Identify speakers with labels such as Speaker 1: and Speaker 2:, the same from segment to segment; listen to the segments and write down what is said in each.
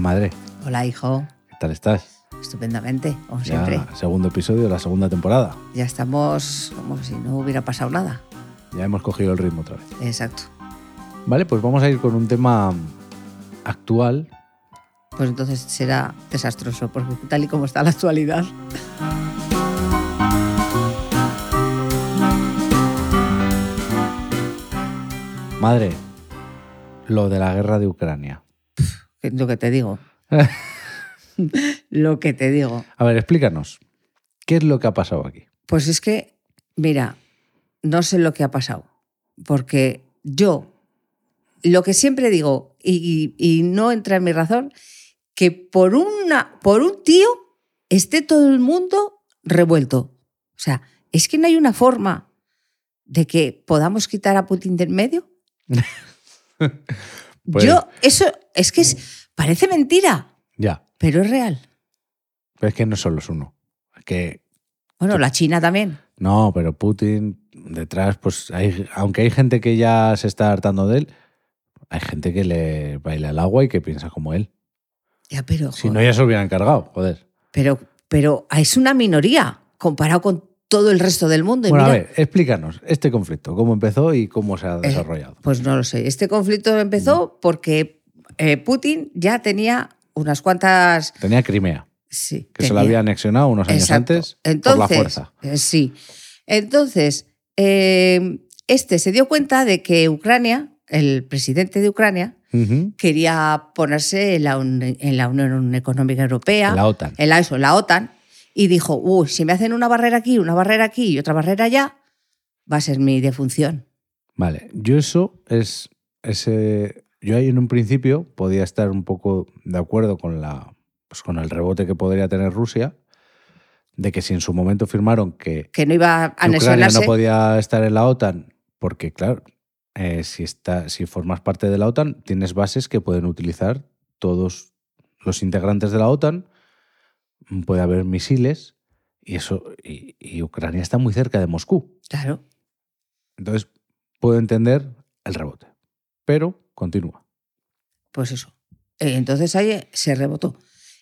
Speaker 1: madre.
Speaker 2: Hola, hijo.
Speaker 1: ¿Qué tal estás?
Speaker 2: Estupendamente, como
Speaker 1: Ya,
Speaker 2: siempre.
Speaker 1: segundo episodio de la segunda temporada.
Speaker 2: Ya estamos como si no hubiera pasado nada.
Speaker 1: Ya hemos cogido el ritmo otra vez.
Speaker 2: Exacto.
Speaker 1: Vale, pues vamos a ir con un tema actual.
Speaker 2: Pues entonces será desastroso, porque tal y como está la actualidad.
Speaker 1: Madre, lo de la guerra de Ucrania.
Speaker 2: que es Lo que te digo. lo que te digo.
Speaker 1: A ver, explícanos. ¿Qué es lo que ha pasado aquí?
Speaker 2: Pues es que, mira, no sé lo que ha pasado. Porque yo, lo que siempre digo, y, y- y no entra en mi razón, que por, una, por un tío esté todo el mundo revuelto. O sea, es que no hay una forma de que podamos quitar a Putin del medio.
Speaker 1: Pues-
Speaker 2: Yo, eso es que es, parece mentira,
Speaker 1: Ya,
Speaker 2: pero es real.
Speaker 1: pero es que no solo es uno. Es que
Speaker 2: Bueno, la China también.
Speaker 1: No, pero Putin detrás, pues hay, aunque hay gente que ya se está hartando de él, hay gente que le baila el agua y que piensa como él.
Speaker 2: Ya, pero,
Speaker 1: Si no, ya se lo hubieran cargado, joder.
Speaker 2: pero, pero es una minoría comparado con todo el resto del mundo. Y
Speaker 1: Bueno, a
Speaker 2: mira,
Speaker 1: ver, explícanos este conflicto, cómo empezó y cómo se ha desarrollado.
Speaker 2: Pues no lo sé. Este conflicto
Speaker 1: Mm.
Speaker 2: empezó porque eh, Putin ya tenía unas cuantas.
Speaker 1: Tenía Crimea,
Speaker 2: Sí,
Speaker 1: que se la
Speaker 2: tenía.
Speaker 1: había anexionado unos años
Speaker 2: Exacto.
Speaker 1: antes
Speaker 2: Entonces,
Speaker 1: por la fuerza.
Speaker 2: eh, sí. Entonces, eh, este se dio cuenta de que Ucrania, el presidente de Ucrania,
Speaker 1: Ujú.
Speaker 2: quería ponerse en la, Un- en la Unión Económica Europea.
Speaker 1: En la OTAN.
Speaker 2: en la, eso, en la OTAN, y dijo, "Uy, si me hacen una barrera aquí, una barrera aquí y otra barrera allá, va a ser mi defunción.
Speaker 1: Vale, yo eso es ese yo ahí en un principio podía estar un poco de acuerdo con la pues con el rebote que podría tener Rusia de que si en su momento firmaron que
Speaker 2: Que no iba a
Speaker 1: Ucrania no
Speaker 2: anexionarse.
Speaker 1: podía estar en la OTAN porque claro, eh, si está si formas parte de la OTAN tienes bases que pueden utilizar todos los integrantes de la OTAN, puede haber misiles y eso y- y Ucrania está muy cerca de Moscú.
Speaker 2: Claro.
Speaker 1: Entonces, puedo entender el rebote. Pero continúa.
Speaker 2: Pues eso. Eh, Entonces ahí se rebotó.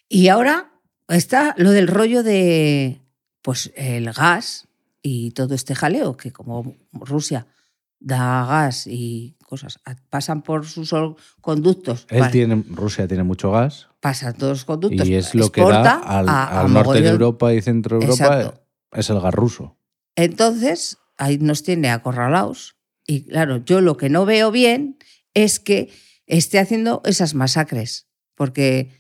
Speaker 2: Y ahora está lo del rollo de pues el gas y todo este jaleo, que como Rusia da gas y cosas a- pasan por sus or- conductos,
Speaker 1: Él
Speaker 2: pa-
Speaker 1: tiene, Rusia tiene mucho gas
Speaker 2: pasan todos los conductos,
Speaker 1: y es lo que da
Speaker 2: exporta
Speaker 1: al,
Speaker 2: a- a
Speaker 1: al norte de
Speaker 2: mogollón-
Speaker 1: Europa y centro de Europa. eh.
Speaker 2: Exacto.
Speaker 1: Es el gas ruso.
Speaker 2: Entonces, ahí nos tiene acorralados. Y claro, yo lo que no veo bien es que esté haciendo esas masacres. Porque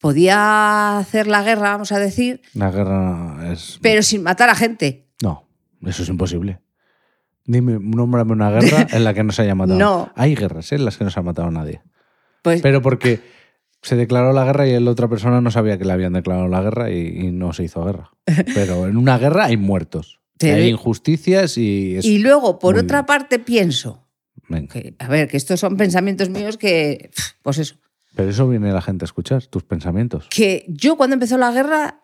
Speaker 2: podía hacer la guerra, vamos a decir,
Speaker 1: La guerra es.
Speaker 2: pero sin matar a gente.
Speaker 1: No, eso es imposible. Dime, nómbrame una guerra en la que no se haya matado.
Speaker 2: No.
Speaker 1: Hay guerras ¿eh? en las que no se ha matado a nadie.
Speaker 2: Pues
Speaker 1: Pero porque se declaró la guerra y la otra persona no sabía que le habían declarado la guerra y, y no se hizo guerra. Pero en una guerra hay muertos.
Speaker 2: Te-
Speaker 1: Hay injusticias y. es-
Speaker 2: y luego, por
Speaker 1: muy
Speaker 2: otra
Speaker 1: bien.
Speaker 2: parte, pienso,
Speaker 1: Venga.
Speaker 2: que, a ver, que estos son pensamientos míos que, pues eso,
Speaker 1: Pero eso viene la gente a escuchar, tus pensamientos.
Speaker 2: que yo cuando empezó la guerra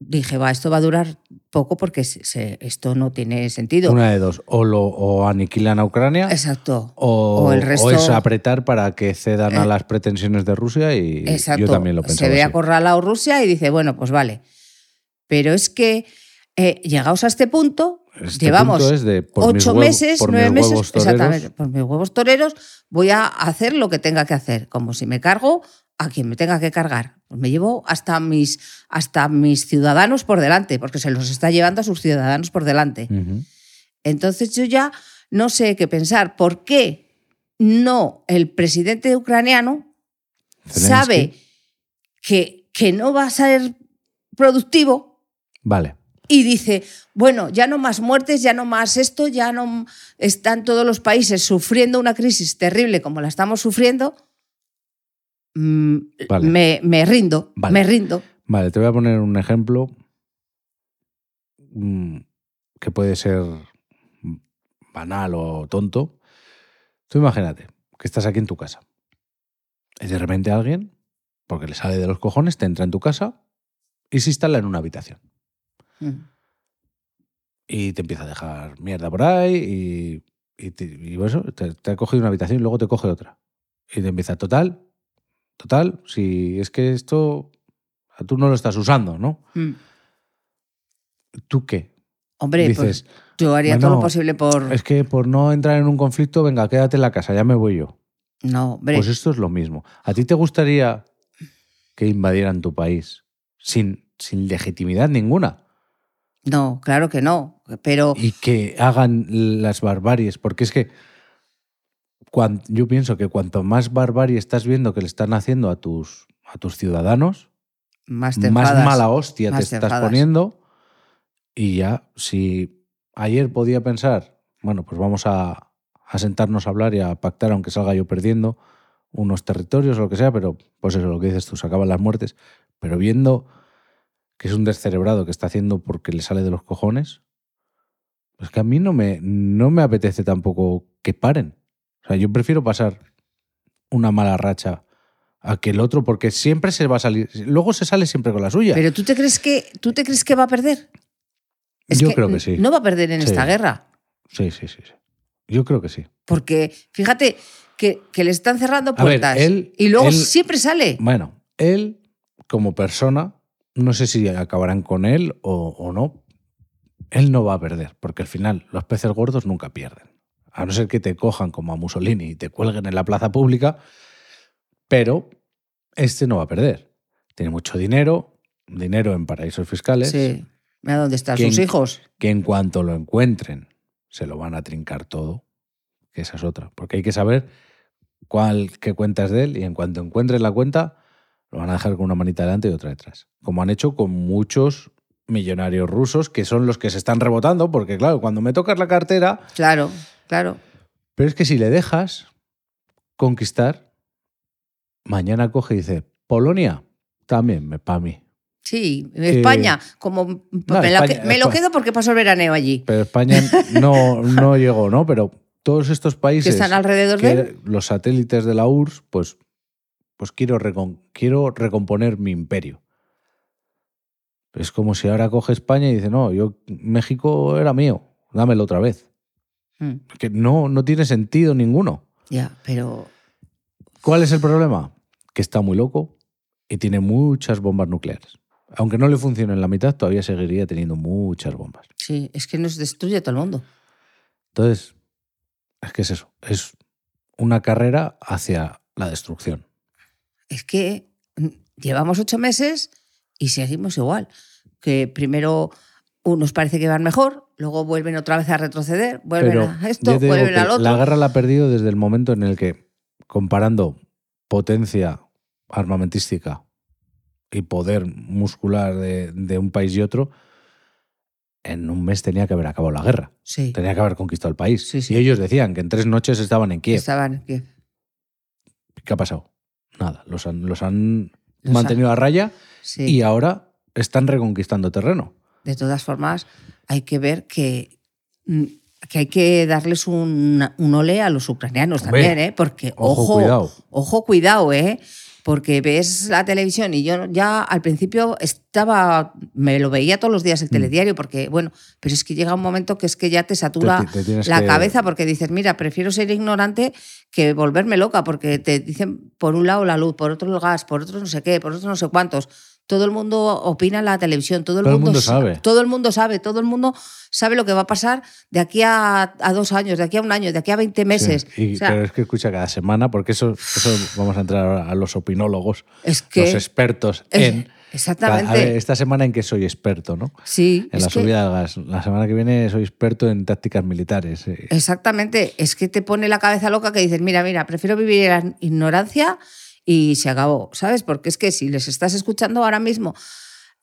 Speaker 2: dije, va, esto va a durar poco porque se- se- esto no tiene sentido.
Speaker 1: Una de dos, o, lo, o aniquilan a Ucrania
Speaker 2: Exacto.
Speaker 1: o,
Speaker 2: o el
Speaker 1: o
Speaker 2: resto-
Speaker 1: es apretar para que cedan a
Speaker 2: Eh,
Speaker 1: las pretensiones de Rusia y
Speaker 2: Exacto.
Speaker 1: yo también lo pensaba
Speaker 2: Se ve
Speaker 1: así.
Speaker 2: acorralado Rusia y dice, bueno, pues vale. Pero es que eh, llegados a este punto,
Speaker 1: Este
Speaker 2: llevamos
Speaker 1: punto es de, por mis
Speaker 2: ocho
Speaker 1: huevo-
Speaker 2: meses,
Speaker 1: por mis
Speaker 2: nueve meses,
Speaker 1: huevos toreros,
Speaker 2: exactamente, por mis huevos toreros, voy a hacer lo que tenga que hacer, como si me cargo a quien me tenga que cargar. Pues me llevo hasta mis, hasta mis ciudadanos por delante, porque se los está llevando a sus ciudadanos por delante.
Speaker 1: Ujú.
Speaker 2: Entonces yo ya no sé qué pensar. ¿Por qué no el presidente ucraniano
Speaker 1: Zelensky.
Speaker 2: sabe que, que no va a ser productivo
Speaker 1: Vale,
Speaker 2: y dice, bueno, ya no más muertes, ya no más esto, ya no están todos los países sufriendo una crisis terrible como la estamos sufriendo, mm,
Speaker 1: Vale.
Speaker 2: me, me rindo,
Speaker 1: Vale.
Speaker 2: me rindo.
Speaker 1: vale, te voy a poner un ejemplo mm, que puede ser banal o tonto. Tú imagínate que estás aquí en tu casa y de repente alguien, porque le sale de los cojones, te entra en tu casa y se instala en una habitación.
Speaker 2: Mm,
Speaker 1: y te empieza a dejar mierda por ahí y, y te, y eso, te, te ha cogido una habitación y luego te coge otra. Y te empieza, total, Total, si es que esto tú no lo estás usando, ¿no?
Speaker 2: Mm.
Speaker 1: ¿Tú qué?
Speaker 2: Hombre,
Speaker 1: Dices,
Speaker 2: pues mm. yo haría todo
Speaker 1: bueno,
Speaker 2: lo posible por...
Speaker 1: Es que por no entrar en un conflicto, venga, quédate en la casa, ya me voy yo.
Speaker 2: No, hombre.
Speaker 1: Pues esto es lo mismo. ¿A ti te gustaría que invadieran tu país sin, sin legitimidad ninguna?
Speaker 2: No, claro que no. Pero
Speaker 1: y que hagan las barbaries, porque es que cuan- yo pienso que cuanto más barbarie estás viendo que le están haciendo a tus, a tus ciudadanos,
Speaker 2: más te
Speaker 1: más
Speaker 2: enfadas.
Speaker 1: mala hostia te
Speaker 2: más te
Speaker 1: estás
Speaker 2: enfadas.
Speaker 1: poniendo. Y ya, si ayer podía pensar, bueno, pues vamos a, a sentarnos a hablar y a pactar, aunque salga yo perdiendo unos territorios o lo que sea, pero pues eso, lo que dices tú, se acaban las muertes. Pero viendo que es un descerebrado que está haciendo porque le sale de los cojones, pues que a mí no me, no me apetece tampoco que paren. O sea, yo prefiero pasar una mala racha a que el otro, porque siempre se va a salir. Luego se sale siempre con la suya.
Speaker 2: Pero ¿tú te crees que, tú te crees que va a perder?
Speaker 1: Yo creo que sí.
Speaker 2: No va a perder en
Speaker 1: Sí.
Speaker 2: esta guerra.
Speaker 1: Sí, sí, sí, sí. Yo creo que sí.
Speaker 2: Porque fíjate que, que le están cerrando
Speaker 1: A ver,
Speaker 2: puertas.
Speaker 1: él-
Speaker 2: y luego
Speaker 1: él-
Speaker 2: siempre sale.
Speaker 1: Bueno, él, como persona, no sé si acabarán con él o, o no. Él no va a perder, porque al final los peces gordos nunca pierden. A no ser que te cojan como a Mussolini y te cuelguen en la plaza pública, pero este no va a perder. Tiene mucho dinero, dinero en paraísos fiscales,
Speaker 2: Sí. Mira dónde están
Speaker 1: ¿Quién-
Speaker 2: sus hijos.
Speaker 1: que en cuanto lo encuentren, se lo van a trincar todo. Que esa es otra. Porque hay que saber cuál qué cuenta es de él y en cuanto encuentren la cuenta, lo van a dejar con una manita delante y otra detrás. Como han hecho con muchos millonarios rusos que son los que se están rebotando, porque claro, cuando me tocas la cartera,
Speaker 2: Claro, claro.
Speaker 1: pero es que si le dejas conquistar, mañana coge y dice, Polonia, también me pa' mí.
Speaker 2: Sí, en España, como me, lo,
Speaker 1: Eh, España-
Speaker 2: que- me lo
Speaker 1: España.
Speaker 2: quedo porque paso el veraneo allí.
Speaker 1: Pero España no, no llegó, ¿no? Pero todos estos
Speaker 2: que
Speaker 1: países...
Speaker 2: están alrededor de
Speaker 1: que
Speaker 2: él.
Speaker 1: los satélites de la URSS, pues, pues quiero, recon- quiero recomponer mi imperio. Es como si ahora coge España y dice, no, yo México era mío, dámelo otra vez.
Speaker 2: Mm,
Speaker 1: Que no, no tiene sentido ninguno.
Speaker 2: Ya, pero
Speaker 1: ¿Cuál es el problema? Que está muy loco y tiene muchas bombas nucleares. Aunque no le funcionen la mitad, todavía seguiría teniendo muchas bombas.
Speaker 2: sí, es que nos destruye todo el mundo.
Speaker 1: Entonces, es que es eso, es una carrera hacia la destrucción.
Speaker 2: Es que mm, llevamos ocho meses y seguimos igual. Que primero unos parece que van mejor, luego vuelven otra vez a retroceder, vuelven
Speaker 1: Pero
Speaker 2: a
Speaker 1: ya
Speaker 2: esto,
Speaker 1: te digo
Speaker 2: vuelven
Speaker 1: que
Speaker 2: al otro.
Speaker 1: La guerra la ha perdido desde el momento en el que, comparando potencia armamentística y poder muscular de, de un país y otro, en un mes tenía que haber acabado la guerra.
Speaker 2: Sí,
Speaker 1: Tenía que haber conquistado el país.
Speaker 2: Sí, sí.
Speaker 1: Y ellos decían que en tres noches estaban en Kiev.
Speaker 2: estaban que
Speaker 1: ¿Qué ha pasado? Nada. Los han, los han
Speaker 2: Los
Speaker 1: mantenido a raya
Speaker 2: sí.
Speaker 1: y ahora están reconquistando terreno.
Speaker 2: De todas formas, hay que ver que, mm, que hay que darles un, un ole a los ucranianos
Speaker 1: Hombre,
Speaker 2: también, ¿eh? Porque,
Speaker 1: ojo,
Speaker 2: ojo,
Speaker 1: cuidado.
Speaker 2: ojo, cuidado, ¿eh? Porque ves la televisión y yo ya al principio estaba, me lo veía todos los días
Speaker 1: Mm.
Speaker 2: el telediario, porque, bueno, pero es que llega un momento que es que ya te satura
Speaker 1: Te- te tienes
Speaker 2: la
Speaker 1: que-
Speaker 2: cabeza porque dices, mira, prefiero ser ignorante que volverme loca, porque te dicen por un lado la luz, por otro el gas, por otro no sé qué, por otro no sé cuántos. Todo el mundo opina en la televisión, todo el,
Speaker 1: Todo el
Speaker 2: mundo,
Speaker 1: mundo
Speaker 2: sa-
Speaker 1: sabe.
Speaker 2: Todo el mundo sabe, todo el mundo sabe lo que va a pasar de aquí a, a dos años, de aquí a un año, de aquí a 20 meses.
Speaker 1: Sí, y-
Speaker 2: O sea,
Speaker 1: pero es que escucha cada semana, porque eso, eso vamos a entrar ahora a los opinólogos,
Speaker 2: es que...
Speaker 1: los expertos
Speaker 2: es-
Speaker 1: en.
Speaker 2: exactamente.
Speaker 1: A ver, esta semana en que soy experto, ¿no?
Speaker 2: Sí,
Speaker 1: En
Speaker 2: es
Speaker 1: la
Speaker 2: que-
Speaker 1: subida del gas. La semana que viene soy experto en tácticas militares. eh.
Speaker 2: Exactamente, es que te pone la cabeza loca que dices, mira, mira, prefiero vivir en la ignorancia y se acabó, ¿sabes? Porque es que si les estás escuchando ahora mismo,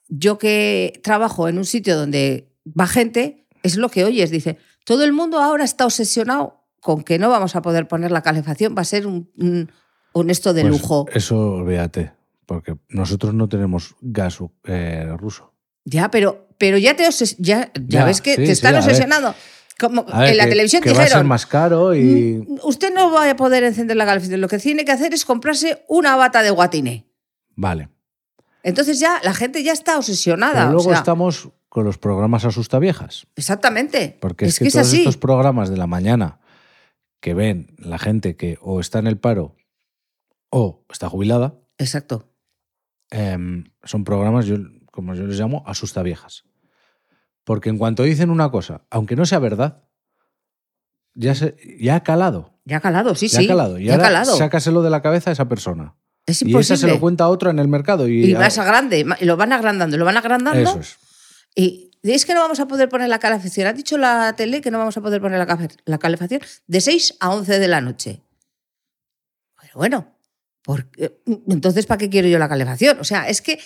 Speaker 2: yo que trabajo en un sitio donde va gente, es lo que oyes, dice, todo el mundo ahora está obsesionado con que no vamos a poder poner la calefacción, va a ser un, un, un esto de
Speaker 1: Pues
Speaker 2: lujo.
Speaker 1: Eso olvídate, porque nosotros no tenemos gas u- eh, ruso.
Speaker 2: Ya, pero, pero ya te obses- ya, ya,
Speaker 1: Ya,
Speaker 2: ves que
Speaker 1: sí,
Speaker 2: te
Speaker 1: sí,
Speaker 2: están
Speaker 1: a ver.
Speaker 2: obsesionando. Como
Speaker 1: A ver,
Speaker 2: en la
Speaker 1: que-
Speaker 2: televisión
Speaker 1: que va a ser
Speaker 2: dijeron,
Speaker 1: más caro y.
Speaker 2: Mm, Usted no va a poder encender la calefacción. Lo que tiene que hacer es comprarse una bata de guatine.
Speaker 1: Vale.
Speaker 2: Entonces ya la gente ya está obsesionada.
Speaker 1: Pero
Speaker 2: o
Speaker 1: luego
Speaker 2: sea,
Speaker 1: estamos con los programas Asustaviejas.
Speaker 2: Exactamente.
Speaker 1: Porque es,
Speaker 2: es
Speaker 1: que,
Speaker 2: es
Speaker 1: todos
Speaker 2: así.
Speaker 1: estos programas de la mañana que ven la gente que o está en el paro o está jubilada,
Speaker 2: Exacto.
Speaker 1: Em, son programas, yo, como yo les llamo, asustaviejas. Porque en cuanto dicen una cosa, aunque no sea verdad, ya, se- ya ha calado.
Speaker 2: Ya ha calado, sí,
Speaker 1: ya
Speaker 2: sí.
Speaker 1: ha calado. Y
Speaker 2: ya ha
Speaker 1: ahora
Speaker 2: calado.
Speaker 1: sácaselo de la cabeza a esa persona.
Speaker 2: Es
Speaker 1: Y esa se
Speaker 2: imposible.
Speaker 1: lo cuenta a otra en el mercado. Y,
Speaker 2: y más a grande, ma- y lo van agrandando, lo van agrandando.
Speaker 1: Eso es.
Speaker 2: Y es que no vamos a poder poner la calefacción. Ha dicho la tele que no vamos a poder poner la, cafe- la calefacción de 6 a 11 de la noche. Pero bueno, ¿por qué? entonces ¿para qué quiero yo la calefacción? O sea, es que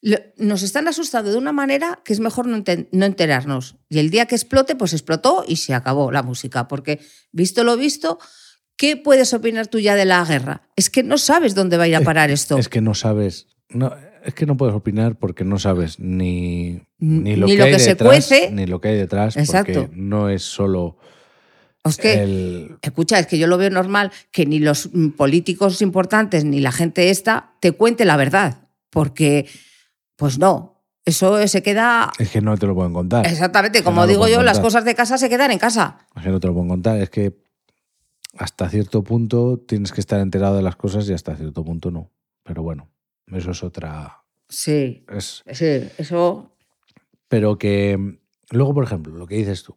Speaker 2: lo- nos están asustando de una manera que es mejor no, enten- no enterarnos. Y el día que explote, pues explotó y se acabó la música. Porque visto lo visto, ¿qué puedes opinar tú ya de la guerra? Es que no sabes dónde va a ir a parar esto.
Speaker 1: Es que no sabes. No, es que no puedes opinar porque no sabes ni, ni lo
Speaker 2: Ni
Speaker 1: que,
Speaker 2: lo
Speaker 1: hay
Speaker 2: que se
Speaker 1: detrás,
Speaker 2: cuece.
Speaker 1: Ni lo que hay detrás.
Speaker 2: Exacto.
Speaker 1: Porque no es solo
Speaker 2: Es que-
Speaker 1: el.
Speaker 2: Escucha, es que yo lo veo normal que ni los mm, políticos importantes ni la gente esta te cuente la verdad, porque pues no, eso se queda
Speaker 1: Es que no te lo pueden contar.
Speaker 2: exactamente
Speaker 1: que
Speaker 2: como
Speaker 1: no lo
Speaker 2: digo
Speaker 1: pueden
Speaker 2: yo, las
Speaker 1: contar.
Speaker 2: cosas de casa se quedan en casa.
Speaker 1: Es que no te lo pueden contar. Es que hasta cierto punto tienes que estar enterado de las cosas y hasta cierto punto no. Pero bueno, eso es otra.
Speaker 2: Sí,
Speaker 1: Es,
Speaker 2: sí, eso
Speaker 1: pero que. Luego, por ejemplo, lo que dices tú.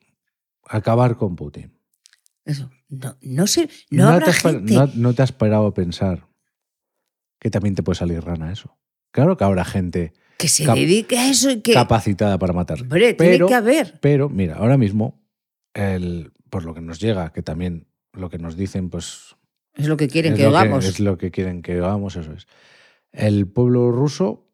Speaker 1: Acabar con Putin.
Speaker 2: eso no no sé, no, habrá
Speaker 1: te has, par-
Speaker 2: gente.
Speaker 1: no- no te has parado a pensar que también te puede salir rana eso. Claro que habrá gente
Speaker 2: que se
Speaker 1: cap-
Speaker 2: dedique a eso y que
Speaker 1: capacitada para matar.
Speaker 2: hombre, tiene
Speaker 1: pero,
Speaker 2: que haber.
Speaker 1: pero, mira, ahora mismo, el, por lo que nos llega, que también lo que nos dicen, pues.
Speaker 2: Es lo que quieren
Speaker 1: es
Speaker 2: que
Speaker 1: lo
Speaker 2: hagamos.
Speaker 1: es lo que quieren que hagamos, eso es. El pueblo ruso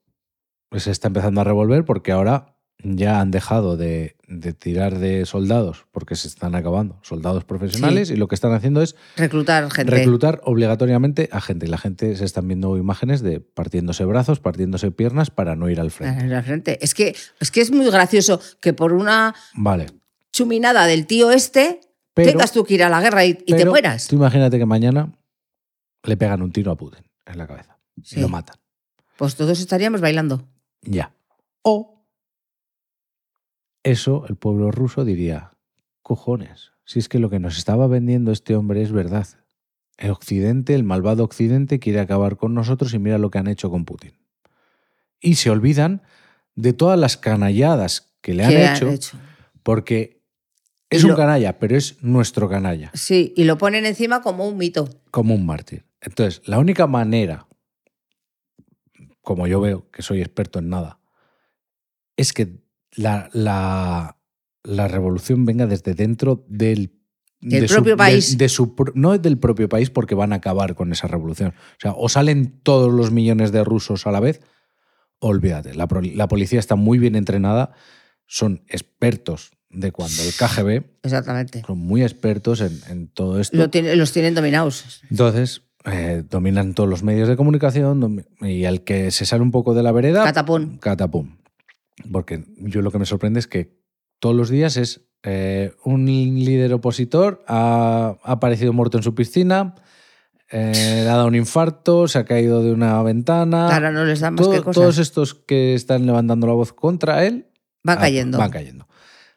Speaker 1: pues, se está empezando a revolver porque ahora ya han dejado de, de tirar de soldados porque se están acabando, soldados profesionales, y lo que están haciendo es
Speaker 2: Reclutar gente.
Speaker 1: Reclutar obligatoriamente a gente. Y la gente se están viendo imágenes de partiéndose brazos, partiéndose piernas para no ir al frente.
Speaker 2: Ah, la gente. Es que, es que es muy gracioso que por una
Speaker 1: Vale.
Speaker 2: chuminada del tío este
Speaker 1: Pero,
Speaker 2: tengas tú que ir a la guerra y, y te
Speaker 1: pero
Speaker 2: mueras.
Speaker 1: Tú imagínate que mañana le pegan un tiro a Putin en la cabeza
Speaker 2: Sí.
Speaker 1: y lo matan.
Speaker 2: Pues todos estaríamos bailando.
Speaker 1: Ya. O eso el pueblo ruso diría, cojones, si es que lo que nos estaba vendiendo este hombre es verdad. El occidente, el malvado occidente quiere acabar con nosotros y mira lo que han hecho con Putin. Y se olvidan de todas las canalladas que le han,
Speaker 2: ¿Qué
Speaker 1: hecho, porque es
Speaker 2: Y
Speaker 1: un
Speaker 2: lo-
Speaker 1: canalla, pero es nuestro canalla,
Speaker 2: Sí, y lo ponen encima como un mito.
Speaker 1: como un mártir. Entonces, la única manera, como yo veo que soy experto en nada, es que la, la- la revolución venga desde dentro del
Speaker 2: Del
Speaker 1: de su-
Speaker 2: propio
Speaker 1: de-
Speaker 2: país.
Speaker 1: de su pro- no es del propio país porque van a acabar con esa revolución. O sea, o salen todos los millones de rusos a la vez, olvídate. La, pro- la policía está muy bien entrenada, son expertos de cuando el KGB,
Speaker 2: Exactamente.
Speaker 1: son muy expertos en, en todo esto.
Speaker 2: Lo tiene- los tienen dominados.
Speaker 1: Entonces, eh, dominan todos los medios de comunicación domi- y al que se sale un poco de la vereda,
Speaker 2: Catapón.
Speaker 1: catapum. Porque yo lo que me sorprende es que todos los días es eh, un líder opositor ha, ha aparecido muerto en su piscina, eh, le ha dado un infarto, se ha caído de una ventana.
Speaker 2: Ahora no les dan más
Speaker 1: Todo-
Speaker 2: que cosas.
Speaker 1: todos estos que están levantando la voz contra él
Speaker 2: van
Speaker 1: a-
Speaker 2: cayendo.
Speaker 1: Ah, van cayendo.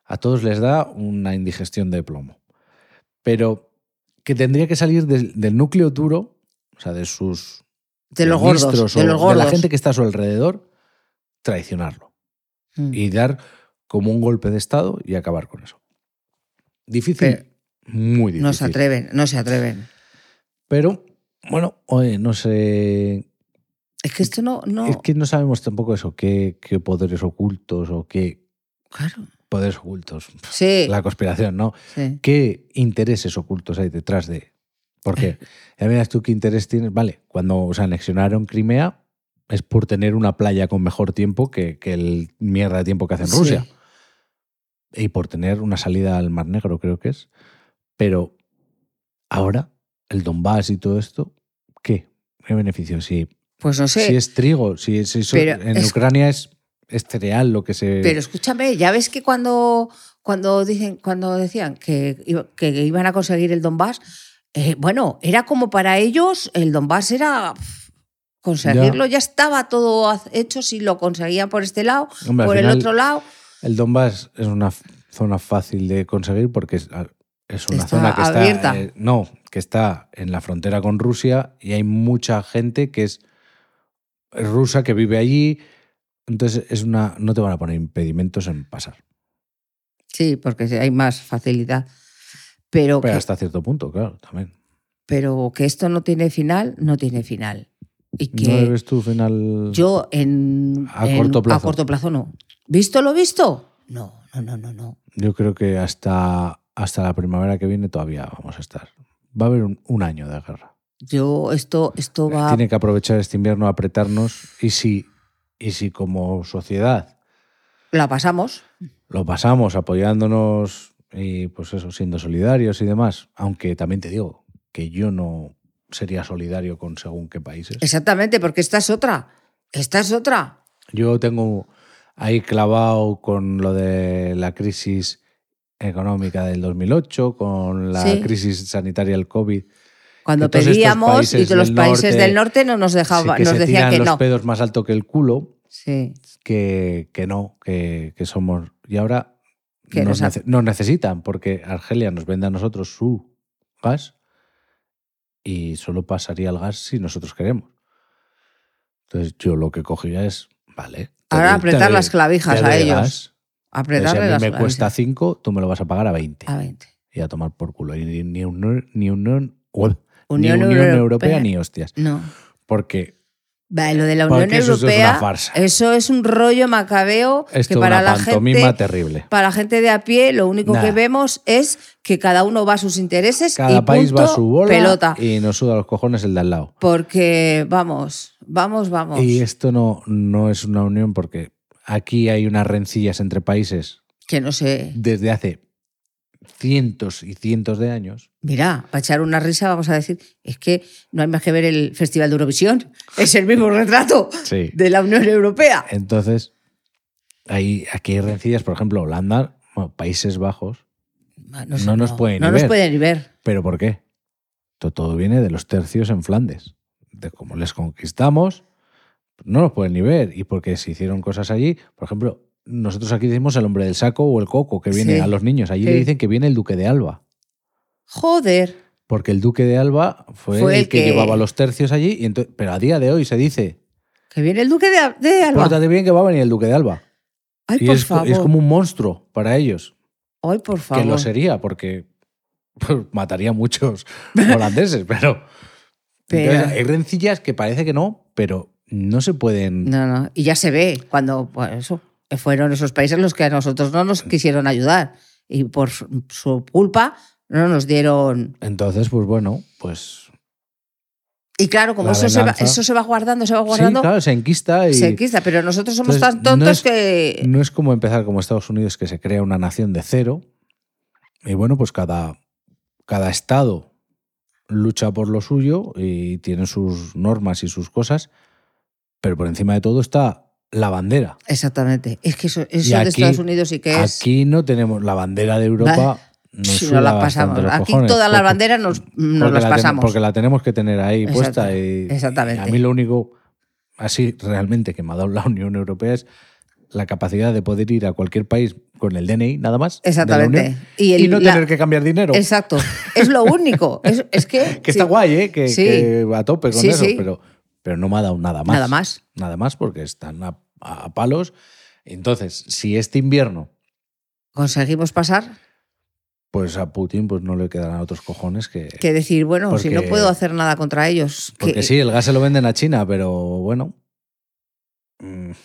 Speaker 1: A todos les da una indigestión de plomo. Pero que tendría que salir del, del núcleo duro, o sea, de sus
Speaker 2: de los
Speaker 1: ministros
Speaker 2: gordos.
Speaker 1: o
Speaker 2: De los gordos.
Speaker 1: la gente que está a su alrededor, traicionarlo
Speaker 2: Mm.
Speaker 1: y dar como un golpe de Estado y acabar con eso. Difícil,
Speaker 2: Pero
Speaker 1: muy difícil.
Speaker 2: no se atreven, no se atreven.
Speaker 1: Pero, bueno, oye, no sé
Speaker 2: Es que esto no. no
Speaker 1: Es que no sabemos tampoco eso, qué, qué poderes ocultos o qué
Speaker 2: claro.
Speaker 1: poderes ocultos.
Speaker 2: Sí,
Speaker 1: La conspiración, ¿no?
Speaker 2: sí.
Speaker 1: ¿Qué intereses ocultos hay detrás de...? Porque, ya miras tú qué interés tienes. Vale, cuando se anexionaron Crimea es por tener una playa con mejor tiempo que, que el mierda de tiempo que hace en
Speaker 2: Sí.
Speaker 1: Rusia. Y por tener una salida al Mar Negro, creo que es. Pero ahora, el Donbass y todo esto, ¿qué? ¿Qué beneficio? Si
Speaker 2: Pues no sé.
Speaker 1: si es trigo, si, si eso-
Speaker 2: Pero
Speaker 1: en
Speaker 2: es-
Speaker 1: Ucrania es, es cereal lo que se...
Speaker 2: Pero escúchame, ya ves que cuando, cuando, dicen, cuando decían que, iba- que iban a conseguir el Donbass, eh, bueno, era como para ellos, el Donbass era pf, conseguirlo, ya, estaba todo haz- hecho si lo conseguían por este lado,
Speaker 1: Hombre, al
Speaker 2: por el
Speaker 1: final,
Speaker 2: otro lado.
Speaker 1: El Donbass es una f- zona fácil de conseguir porque es, ah, es una
Speaker 2: Está
Speaker 1: zona que está...
Speaker 2: abierta.
Speaker 1: eh, no, que está en la frontera con Rusia y hay mucha gente que es rusa que vive allí. Entonces es una, no te van a poner impedimentos en pasar.
Speaker 2: Sí, porque hay más facilidad. Pero,
Speaker 1: Pero
Speaker 2: que-
Speaker 1: hasta cierto punto, claro, también.
Speaker 2: pero que esto no tiene final, no tiene final. Y
Speaker 1: ¿No le
Speaker 2: que
Speaker 1: ves tu final?
Speaker 2: yo en
Speaker 1: A
Speaker 2: en-
Speaker 1: corto plazo.
Speaker 2: a corto plazo no. ¿Visto lo visto? No, no, no, no, no.
Speaker 1: Yo creo que hasta, hasta la primavera que viene todavía vamos a estar. Va a haber un, un año de guerra.
Speaker 2: Yo esto esto va
Speaker 1: Pues Tiene que aprovechar este invierno a apretarnos y si, y si como sociedad
Speaker 2: la pasamos.
Speaker 1: lo pasamos apoyándonos y pues eso, siendo solidarios y demás, aunque también te digo que yo no sería solidario con según qué países.
Speaker 2: Exactamente, porque esta es otra. Esta es otra.
Speaker 1: Yo tengo ahí clavado con lo de la crisis económica del 2008, con la
Speaker 2: Sí.
Speaker 1: crisis sanitaria del COVID.
Speaker 2: Cuando
Speaker 1: Que todos estos
Speaker 2: pedíamos y
Speaker 1: países
Speaker 2: que los
Speaker 1: del
Speaker 2: países
Speaker 1: norte
Speaker 2: del norte no nos dejaba,
Speaker 1: Sí, que
Speaker 2: nos
Speaker 1: se
Speaker 2: decían
Speaker 1: tiran
Speaker 2: que
Speaker 1: los
Speaker 2: no.
Speaker 1: pedos más alto que el culo,
Speaker 2: Sí.
Speaker 1: que, que no, que, que somos... Y ahora
Speaker 2: Que
Speaker 1: nos,
Speaker 2: nos
Speaker 1: nece- nos necesitan porque Argelia nos vende a nosotros su gas y solo pasaría el gas si nosotros queremos. Entonces yo lo que cogía es, vale. te
Speaker 2: Ahora
Speaker 1: doy- te
Speaker 2: apretar
Speaker 1: doy-
Speaker 2: las
Speaker 1: te
Speaker 2: clavijas
Speaker 1: doy
Speaker 2: a ellos.
Speaker 1: gas, pero
Speaker 2: Apretarle
Speaker 1: si a
Speaker 2: las
Speaker 1: mí me
Speaker 2: clavijas. Ah.
Speaker 1: cuesta 5, tú me lo vas a pagar a 20.
Speaker 2: A 20.
Speaker 1: Y a tomar por culo. Y ni, ni unión, ni unión, ué, ni
Speaker 2: Unión
Speaker 1: Unión
Speaker 2: Europea.
Speaker 1: Europea ni hostias.
Speaker 2: No.
Speaker 1: Porque
Speaker 2: Va, lo de la
Speaker 1: Porque
Speaker 2: Unión
Speaker 1: eso es una
Speaker 2: Europea.
Speaker 1: farsa.
Speaker 2: eso es un rollo macabeo
Speaker 1: esto
Speaker 2: que
Speaker 1: es
Speaker 2: para
Speaker 1: una
Speaker 2: la
Speaker 1: pantomima
Speaker 2: gente.
Speaker 1: terrible.
Speaker 2: Para la gente de a pie, lo único
Speaker 1: Nada.
Speaker 2: que vemos es que cada uno va a sus intereses
Speaker 1: Cada
Speaker 2: y
Speaker 1: país va a
Speaker 2: punto,
Speaker 1: su bola
Speaker 2: pelota.
Speaker 1: y nos suda los cojones el de al lado.
Speaker 2: Porque vamos, vamos, vamos.
Speaker 1: Y esto no, no es una unión porque aquí hay unas rencillas entre países
Speaker 2: Que no sé.
Speaker 1: desde hace cientos y cientos de años.
Speaker 2: Mira, para echar una risa vamos a decir, es que no hay más que ver el Festival de Eurovisión, es el mismo retrato
Speaker 1: Sí.
Speaker 2: de la Unión Europea.
Speaker 1: Entonces, hay, aquí hay rencillas, por ejemplo, Holanda, bueno, Países Bajos.
Speaker 2: sé,
Speaker 1: No nos pueden
Speaker 2: no
Speaker 1: ni
Speaker 2: nos
Speaker 1: ver.
Speaker 2: pueden ni ver.
Speaker 1: ¿Pero por qué? To- Todo viene de los tercios en Flandes, de cómo les conquistamos, no nos pueden ni ver, y porque se hicieron cosas allí, por ejemplo, nosotros aquí decimos el hombre del saco o el coco que viene
Speaker 2: Sí,
Speaker 1: a los niños, allí le
Speaker 2: sí.
Speaker 1: dicen que viene el duque de Alba,
Speaker 2: Joder,
Speaker 1: porque el duque de Alba fue, el, que, llevaba los tercios allí, y ento- pero a día de hoy se dice,
Speaker 2: que viene el duque de, de Alba.
Speaker 1: pórtate bien que va a venir el duque de Alba.
Speaker 2: Ay,
Speaker 1: y
Speaker 2: por
Speaker 1: es, co-
Speaker 2: favor.
Speaker 1: es como un monstruo para ellos,
Speaker 2: Ay, por favor.
Speaker 1: que lo sería, porque mataría a muchos holandeses, pero...
Speaker 2: Pero-
Speaker 1: Entonces, hay rencillas que parece que no, pero no se pueden.
Speaker 2: No, no. Y ya se ve cuando pues, eso, que fueron esos países los que a nosotros no nos quisieron ayudar. Y por su- su culpa no nos dieron
Speaker 1: Entonces, pues bueno, pues.
Speaker 2: Y claro, como
Speaker 1: La
Speaker 2: eso se, va,
Speaker 1: venganza.
Speaker 2: eso se va guardando, se va guardando,
Speaker 1: Sí, claro, se enquista y.
Speaker 2: se quita. Pero nosotros somos
Speaker 1: Entonces,
Speaker 2: tan
Speaker 1: no
Speaker 2: tontos
Speaker 1: es-
Speaker 2: que.
Speaker 1: No es como empezar como Estados Unidos, que se crea una nación de cero. Y bueno, pues cada, cada estado lucha por lo suyo y tiene sus normas y sus cosas, pero por encima de todo está la bandera.
Speaker 2: Exactamente. Es que eso, eso
Speaker 1: Y
Speaker 2: de
Speaker 1: aquí-
Speaker 2: Estados Unidos sí que es.
Speaker 1: Aquí no tenemos la bandera de
Speaker 2: Vale.
Speaker 1: Europa. Nos
Speaker 2: si
Speaker 1: suda
Speaker 2: no las
Speaker 1: bastante
Speaker 2: pasamos.
Speaker 1: los
Speaker 2: Aquí
Speaker 1: cojones,
Speaker 2: todas las
Speaker 1: porque-
Speaker 2: banderas nos, nos
Speaker 1: Porque
Speaker 2: las
Speaker 1: la ten-
Speaker 2: pasamos.
Speaker 1: porque la tenemos que tener ahí
Speaker 2: Exacto,
Speaker 1: puesta. y-
Speaker 2: exactamente.
Speaker 1: y a mí lo único, así realmente, que me ha dado la Unión Europea es la capacidad de poder ir a cualquier país con el DNI, nada más. de la
Speaker 2: Exactamente.
Speaker 1: Unión, y,
Speaker 2: Y el-
Speaker 1: no
Speaker 2: la-
Speaker 1: tener que cambiar dinero.
Speaker 2: Exacto. Es lo único. Es, es que.
Speaker 1: que
Speaker 2: sí.
Speaker 1: está guay, ¿eh? Que,
Speaker 2: Sí.
Speaker 1: que a tope con
Speaker 2: Sí,
Speaker 1: eso.
Speaker 2: sí.
Speaker 1: Pero, pero no me ha dado nada más.
Speaker 2: Nada más.
Speaker 1: Nada más porque están a, a palos. Entonces, si este invierno,
Speaker 2: Conseguimos pasar
Speaker 1: pues a Putin pues no le quedarán otros cojones que...
Speaker 2: que decir, bueno, si no
Speaker 1: Porque-
Speaker 2: puedo hacer nada contra ellos.
Speaker 1: porque
Speaker 2: que- eh,
Speaker 1: sí, el gas se lo venden a China, pero bueno. Mm, no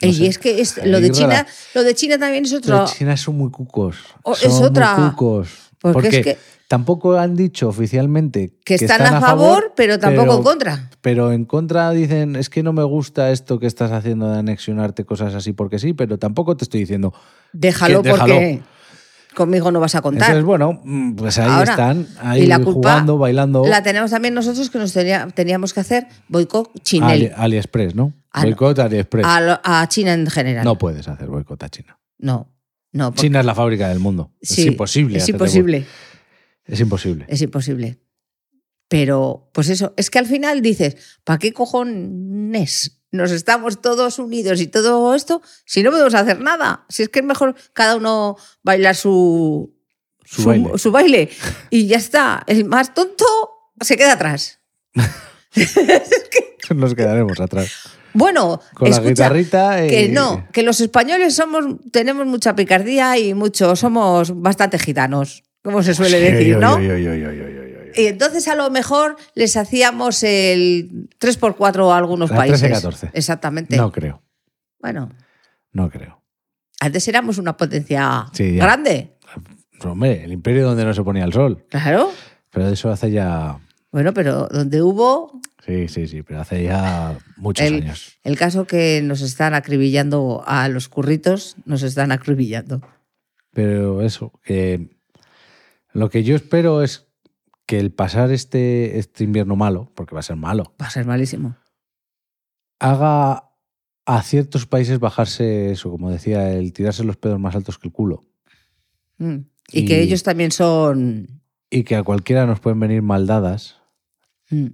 Speaker 2: y
Speaker 1: sé.
Speaker 2: es que es-
Speaker 1: Ahí
Speaker 2: lo, de
Speaker 1: rela-
Speaker 2: China, lo de China también es
Speaker 1: Pero
Speaker 2: otro.
Speaker 1: China son muy cucos.
Speaker 2: O-
Speaker 1: son
Speaker 2: es otra.
Speaker 1: Muy cucos.
Speaker 2: Porque
Speaker 1: Porque
Speaker 2: es que,
Speaker 1: tampoco han dicho oficialmente
Speaker 2: que están, a favor, pero tampoco en contra.
Speaker 1: Pero en contra dicen, es que no me gusta esto que estás haciendo de anexionarte cosas así porque sí, pero tampoco te estoy diciendo.
Speaker 2: Déjalo
Speaker 1: que déjalo.
Speaker 2: porque conmigo no vas a contar.
Speaker 1: Entonces, bueno, mm, pues ahí
Speaker 2: Ahora,
Speaker 1: están, ahí
Speaker 2: y la culpa
Speaker 1: jugando, bailando.
Speaker 2: La tenemos también nosotros que nos tenía- teníamos que hacer boicot
Speaker 1: Ali-
Speaker 2: chinel
Speaker 1: AliExpress, ¿no?
Speaker 2: Ah, no.
Speaker 1: boicot AliExpress.
Speaker 2: a, lo- a China en general.
Speaker 1: No puedes hacer boicot a China.
Speaker 2: no. no, porque-
Speaker 1: China es la fábrica del mundo.
Speaker 2: sí,
Speaker 1: es imposible.
Speaker 2: Es
Speaker 1: hacerle
Speaker 2: imposible,
Speaker 1: boicot. Es imposible.
Speaker 2: es imposible. Pero, pues eso, es que al final dices, ¿para qué cojones nos estamos todos unidos y todo esto si no podemos hacer nada? Si es que es mejor cada uno bailar su,
Speaker 1: Su baile.
Speaker 2: su baile y ya está. El más tonto se queda atrás.
Speaker 1: Nos quedaremos atrás.
Speaker 2: Bueno,
Speaker 1: Con la
Speaker 2: escucha,
Speaker 1: guitarrita. y-
Speaker 2: que no, que los españoles somos, tenemos mucha picardía y mucho, somos bastante gitanos, como se suele
Speaker 1: Sí,
Speaker 2: decir,
Speaker 1: yo,
Speaker 2: ¿no?
Speaker 1: yo, yo, yo, yo, yo, yo, yo.
Speaker 2: Y entonces a lo mejor les hacíamos el 3x4 a algunos
Speaker 1: La
Speaker 2: países.
Speaker 1: 13-14.
Speaker 2: Exactamente.
Speaker 1: No creo,
Speaker 2: Bueno,
Speaker 1: no creo.
Speaker 2: antes éramos una potencia
Speaker 1: Sí, ya.
Speaker 2: grande,
Speaker 1: Hombre, el imperio donde no se ponía el sol.
Speaker 2: claro.
Speaker 1: Pero eso hace ya.
Speaker 2: Bueno, pero donde hubo
Speaker 1: Sí, sí, sí, pero hace ya muchos
Speaker 2: El-
Speaker 1: años.
Speaker 2: el caso que nos están acribillando a los curritos, nos están acribillando.
Speaker 1: Pero eso, que lo que yo espero es que el pasar este, este invierno malo, porque va a ser malo,
Speaker 2: Va a ser malísimo.
Speaker 1: haga a ciertos países bajarse eso, como decía, el tirarse los pedos más altos que el culo.
Speaker 2: Mm. Y,
Speaker 1: Y-
Speaker 2: que ellos también son...
Speaker 1: Y que a cualquiera nos pueden venir maldadas
Speaker 2: Mm.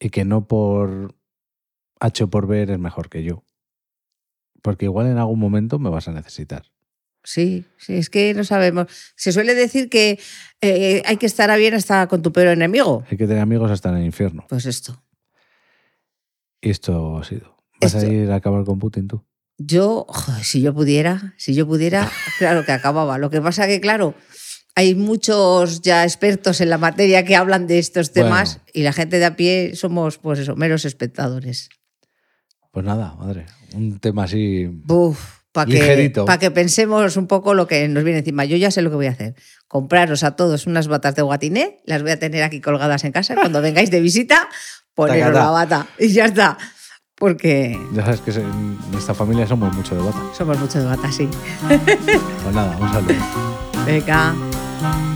Speaker 1: y que no por H o por B eres mejor que yo. Porque igual en algún momento me vas a necesitar.
Speaker 2: Sí, sí, es que no sabemos. Se suele decir que eh, hay que estar a bien hasta con tu peor enemigo.
Speaker 1: Hay que tener amigos hasta en el infierno.
Speaker 2: Pues esto.
Speaker 1: Y esto ha sido. ¿Vas a
Speaker 2: Esto-
Speaker 1: ir a acabar con Putin tú?
Speaker 2: Yo, joder, si yo pudiera, si yo pudiera, claro que acababa. Lo que pasa que, claro, hay muchos ya expertos en la materia que hablan de estos
Speaker 1: Bueno.
Speaker 2: temas y la gente de a pie somos, pues eso, meros espectadores.
Speaker 1: Pues nada, madre. Un tema así.
Speaker 2: para que,
Speaker 1: Ligerito.
Speaker 2: pa' que pensemos un poco lo que nos viene encima. Yo ya sé lo que voy a hacer. Compraros a todos unas batas de guatiné, las voy a tener aquí colgadas en casa. Cuando vengáis de visita, poneros
Speaker 1: Tacatá.
Speaker 2: la bata y ya está. Porque
Speaker 1: Ya sabes que se- en esta familia somos mucho de bata.
Speaker 2: somos mucho de bata, sí.
Speaker 1: Pues nada, un saludo.
Speaker 2: Venga.